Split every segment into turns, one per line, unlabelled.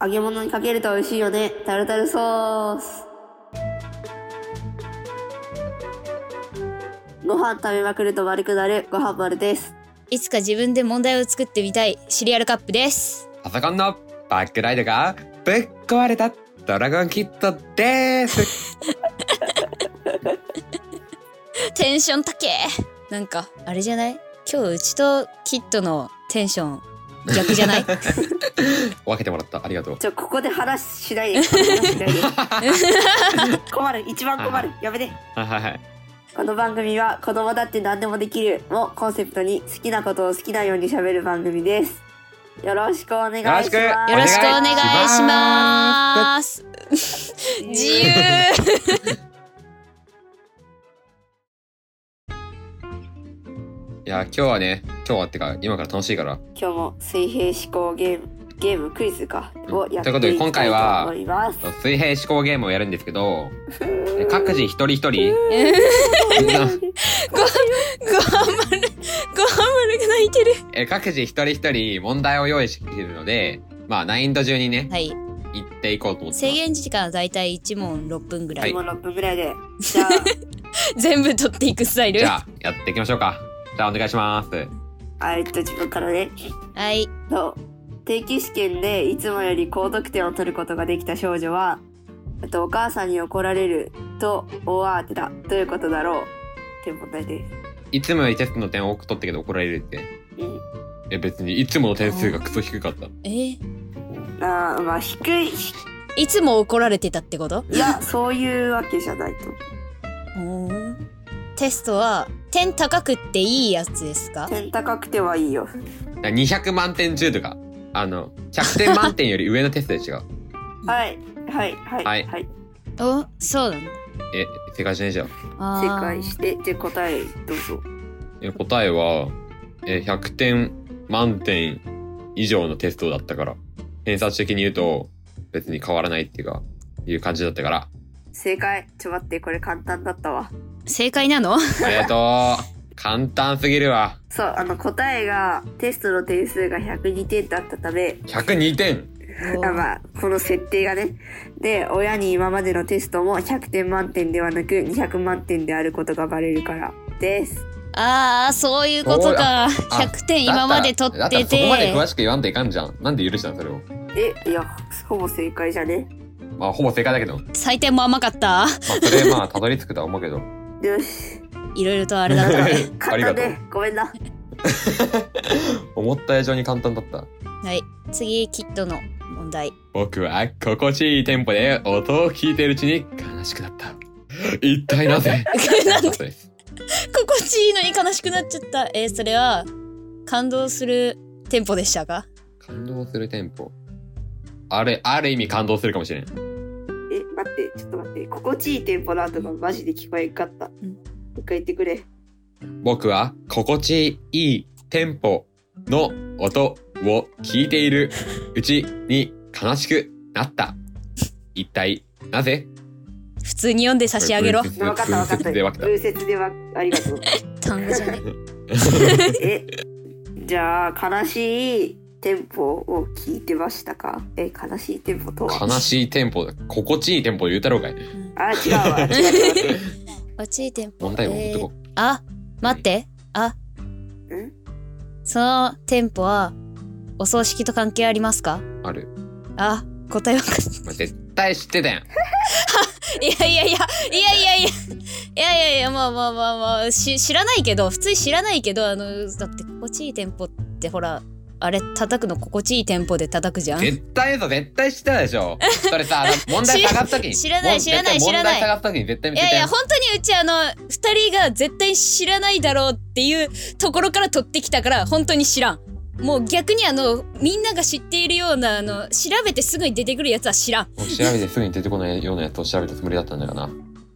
揚げ物にかけると美味しいよね。タルタルソース。ご飯食べまくると丸くなるご飯丸です。
いつか自分で問題を作ってみたいシリアルカップです。
パソコンのバックライトがぶっ壊れたドラゴンキットです。
テンション高えなんか、あれじゃない今日うちとキットのテンション逆じゃ ない
分けてもらった。ありがとう。
ちょ、ここで話しないで。話しないで 困る。一番困る。やめて。
はいはいはい。
この番組は子供だって何でもできるをコンセプトに好きなことを好きなように喋る番組です。よろしくお願いします。
よ
よろしくお願いします。自 由
いや今日はね今日はってか今から楽しいから
今日も水平思考ゲーム、ゲームクイズか。をやっ
という
て
ことで
いき
今
たい
回は
と思います。
水平思考ゲームをやるんですけど各自一人一 人
ごはんまる、ごはんまるが泣いてる。
え各自一人一人問題を用意しているのでまあ難易度中にね
はい。
行っていこうと思って
制
ます
限時間はだいたい1問6分ぐらい。
もう6分ぐらいで。じゃあ、
全部取っていくスタイル。
じゃ
は
あやっていきましょうかじゃあお願いします
あえっと自分からね。
い。
そう。定期試験でいつもより高得点を取ることができた少女は、えっとお母さんに怒られると大慌てだ。どういうことだろうって問題です。
いつもよりテストの点多く取ったけど怒られるって
う
え別にいつもの点数がクソ低かった
えー
ん。あーまあ低い。ひ
いつも怒られてたってこと
いや、そういうわけじゃないと。
テストは点高くっていいやつですか
点高くてはいいよ。
だから200万点中とかあの100点満点より上のテストで違う
はい。はい。はい。
はい
はい、
おそうなんだ
え正解しないじゃん
あ
正
ー
解して、で答えどうぞ。
え答えは、えー100点満点以上のテストだったから偏差値的に言うと別に変わらないっていうかいう感じだったから
正解。ちょ待って、これ簡単だったわ。
正解なの
ありがとう 簡単すぎるわ
そう、あの答えがテストの点数が102点だったため、
102点
あまあ、この設定がね。で、親に今までのテストも100点満点ではなく200満点であることがバレるからです。
あーそういうことか
あ
100点今まで取って
だったらそこまで
て
詳しく言わんといかんじゃんなんで許したんそれを
え、いや、ほぼ正解じゃね。
まあほぼ正解だけどま
採点も甘かった
あそれまあたどり着くとは思うけど
よ し。
いろいろとあれだったね
あ
勝
り
った
がとう
ね。ごめんな。
思った以上に簡単だった
はい次キットの問題
僕は心地いいテンポで音を聞いているうちに悲しくなった。一体なぜ
なんで
そうです
心地いいのに悲しくなっちゃったえーそれは感動するテンポでしたか
感動するテンポ。ある、ある意味感動するかもしれん。
え、待って、ちょっと待って。心地いいテンポの後がマジで聞こえんかった。
ん
一回言ってく れ。
僕は心地いいテンポの音を聞いているうちに悲しくなった。一体なぜ
普通に読んで差し上げ ろ
分
分かった分かった。
で分かっ
風説でわありがとう。
単語じゃね
え、じゃあ、悲しいテンポを聞いてましたかえ、悲しいテンポと
た。
は
悲しいテンポ、心地いいテンポ言うたろうかい。
あ、違うわ。違う違う
落ちいテンポ
問題を持ってこ
あ待ってあ
ん
そのテンポはお葬式と関係ありますか
う。ある。
あ答え分かっ
まあ絶対知ってたやん。
たいやいやいやいやいやいやいやいやいやまあまあまあまあし知らないけど普通知らないけどあのだって心地いいテンポってほらあれ叩くの心地いいテンポで叩くじゃん
絶対だ絶対知ってたでしょそれさあの問題探すときに
知知らない
もう
知らない
絶対
知らない
問題探すときに絶対
い
見て
やい
た
や
よ
本当にうちあの二人が絶対知らないだろうっていうところから取ってきたから本当に知らんもう逆にあのみんなが知っているようなあの調べてすぐに出てくるやつは知らん
もう調べてすぐに出てこないようなやつを調べたつもりだったんだよな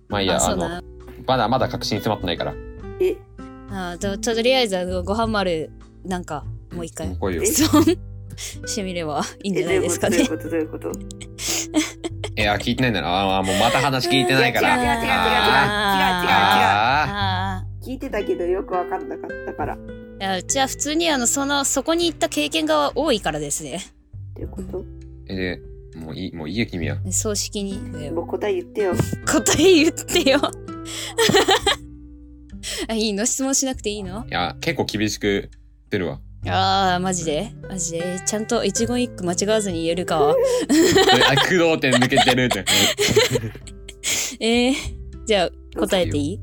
まあいいや
あ
あ
そうだ
の
な
まだまだ確信に迫ってないから
え、
あとととりあえずあのご飯丸なんかもう 一
もう
回
来いよ
質問してみればいいんじゃないですか
え どうい
ね
うことどういうことどういうこと
いや聞いてないんだなああもうまた話聞いてないか
違う違う違う違う違う違う違う違う違う
らあ
あ
聞いてたけどよくわかんなかったから。っ
ーいやうちは普通にあのそのそこに行った経験が多いからですね
てこと
ーえでもういい、もういいよ、君は。
葬式に
もう答え言ってよ。
答え言ってよ あいいの質問しなくていいの
いや、結構厳しく出るわ。
あーマジでマジでちゃんと一言一句間違わずに言えるか
あ、工藤店抜けてるって。
えー、じゃあ答えていい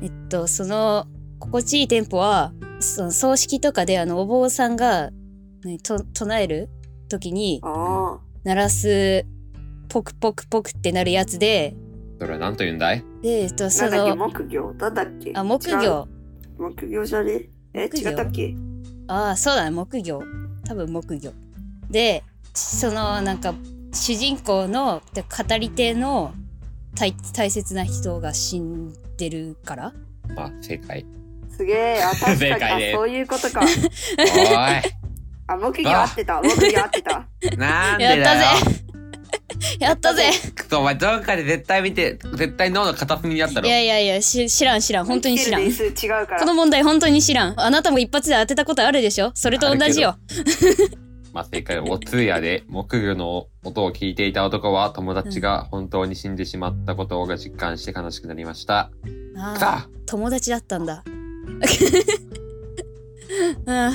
えっとその心地いいテンポはその葬式とかであのお坊さんが何と唱える時に
あ
鳴らすポクポクポクってなるやつで
それは何と言うんだい
で、えっと、
あ。
そ
なんだっけ
の
木魚なんだっけ
あ木。
違う
魚
木魚じゃねえ
木魚
違ったっけ
ああそうだね木魚多分木魚でそのなんか主人公ので語り手の大大切な人が死んでるから
まあ、正解。
すげえ。あ、確
正
か
解
に。
で
あ、
す
そういうことか。
おい
あ、木魚合ってた。木魚合ってた。
なんで
や
だ
っ
よ
たぜやったぜ
くそお前、どっかで絶対見て、絶対脳の片隅にあった
い
ろ。
やいやいやし知らん知らん本当に知らん
生きてる年数違うから。
この問題本当に知らんあなたも一発で当てたことあるでしょそれと同じよ
まあ、正解は、お通夜で木魚の音を聞いていた男は、友達が本当に死んでしまったことを実感して悲しくなりました。
ああ
さあ
友達だったんだ うん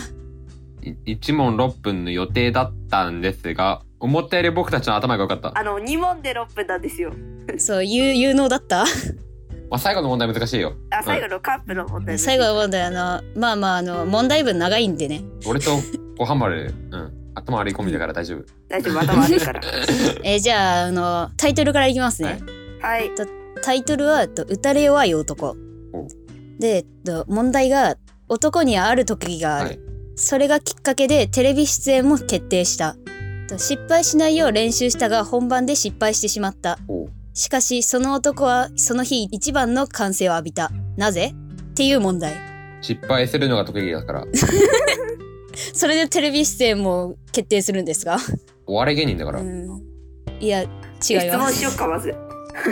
1問6分の予定だったんですが、思ったより僕たちの頭が良かった。ま
あの、2問で6分なんですよ。
そう有有能だった
あ、最後の問題難しいよ。
あ、最後のカップの問題。
最後の問題あのまあまああの問題文長いんでね
俺とごはんま る、うん。頭悪い込みだから大丈夫。
大丈夫、頭悪いから。
えーじゃああのタイトルからいきますね、
はい
はい。
タイトルはえっと「打たれ弱い男
お」
で、えっと、問題が男にはある特技がある、
はい
それがきっかけでテレビ出演も決定したえっと失敗しないよう練習したが本番で失敗してしまった
おう
しかしその男はその日一番の歓声を浴びたなぜっていう問題
失敗するのが得意だから、
それでテレビ出演も決定するんですが
お笑い芸人だから
う。んいや違い
質
ま
問
す
しようか、まず。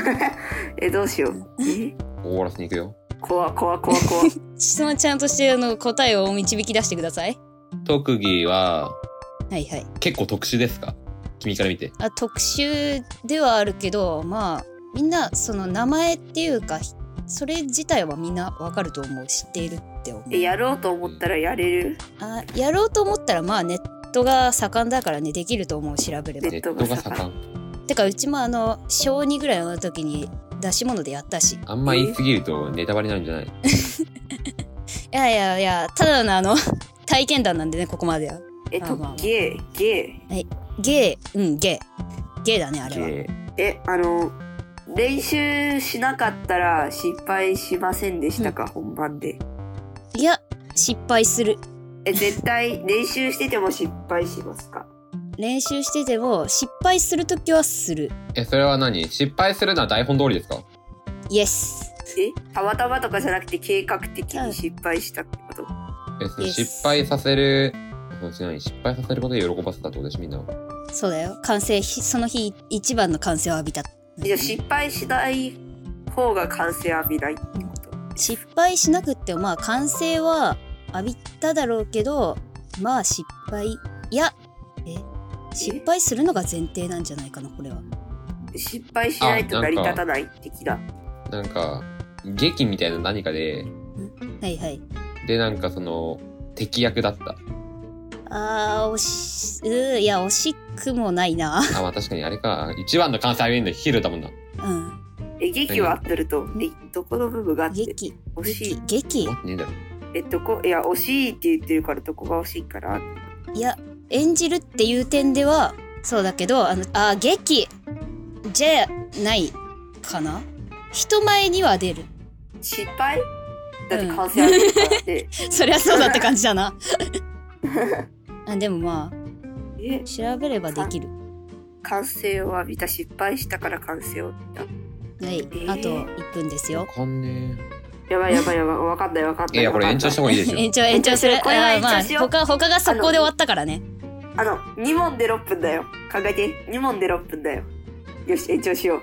え、どうしよう。え
終わらせに行くよ。
怖怖怖怖。
質問ちゃんとしてあの答えを導き出してください。
特技は、
はいはい。
結構特殊ですか君から見て。
あ特集ではあるけどまあみんなその名前っていうかひそれ自体はみんなわかると思う知っているって思う。
えやろうと思ったらやれる。
あやろうと思ったらまあネットが盛んだからねできると思う調べれば
ネ
ネ
ッ
ッ
ト
ト
が
が
盛
盛ん。
てかうちもあの小2ぐらいの時に出し物でやったしい
あんま言いすぎるとネタバレなんじゃない
やいやいやただのあの 体験談なんでねここまでは
えっ
ま
と
あまあま、あ
ゲー、ゲ
ゲーうんゲーゲーだねあれは
え
ー。え、あの、練習しなかったら失敗しませんでしたか、本番で。
いや失敗する
え、絶対練習してても失敗しますか
練習してても失敗するときはする。
え、それは何失敗するのは台本通りですか
イエス。
え、たまたまとかじゃなくて計画的に失敗したってこと
え、その
Yes
失敗させる、そちなみに失敗させることで喜ばせたってことでしょみんなを。
そうだよ。完成、ひその日一番の歓声を浴びた。
じゃあ失敗しない方が完成浴びないってこと
失敗しなくっても、まあ歓声は浴びただろうけど、まあ失敗、いや、え失敗するのが前提なんじゃないかな、これは。
失敗しないと成り立たない的な。
なんか、劇みたいな何かで、
はいはい。
で、なんかその、敵役だった。
あー、惜し、うーいや、惜しくもないな。
あ、まあ確かにあれか。一番の関西弁でヒールだもんな。
うん。
え、劇は合ってると、え、どこの部分が合ってる
劇、
惜しい
劇、。劇
思。ってねえだろ。
え、どこ、いや、惜しいって言ってるからどこが惜しいから。
いや演じるっていう点ではそうだけどあのあー劇じゃないかな人前には出る
失敗だって完成浴びるからって。
そりゃそうだって感じだ なあでもまあ
え、
調べればできる
完成を浴びた、失敗したから完成を浴びた。
はい
ー
あと1分です
わ
よ
かんね
やばいやばいやばい、わかんないわかん
え。
ないい。
や、これ
わかんない
延長した方がいいでしょ。
延長延長する
これは
あーま
延長しよう
あ他他が速攻で終わったからね
あの、2問で6分だよ。考えて、2問で6分だよ。よし、延長しよう。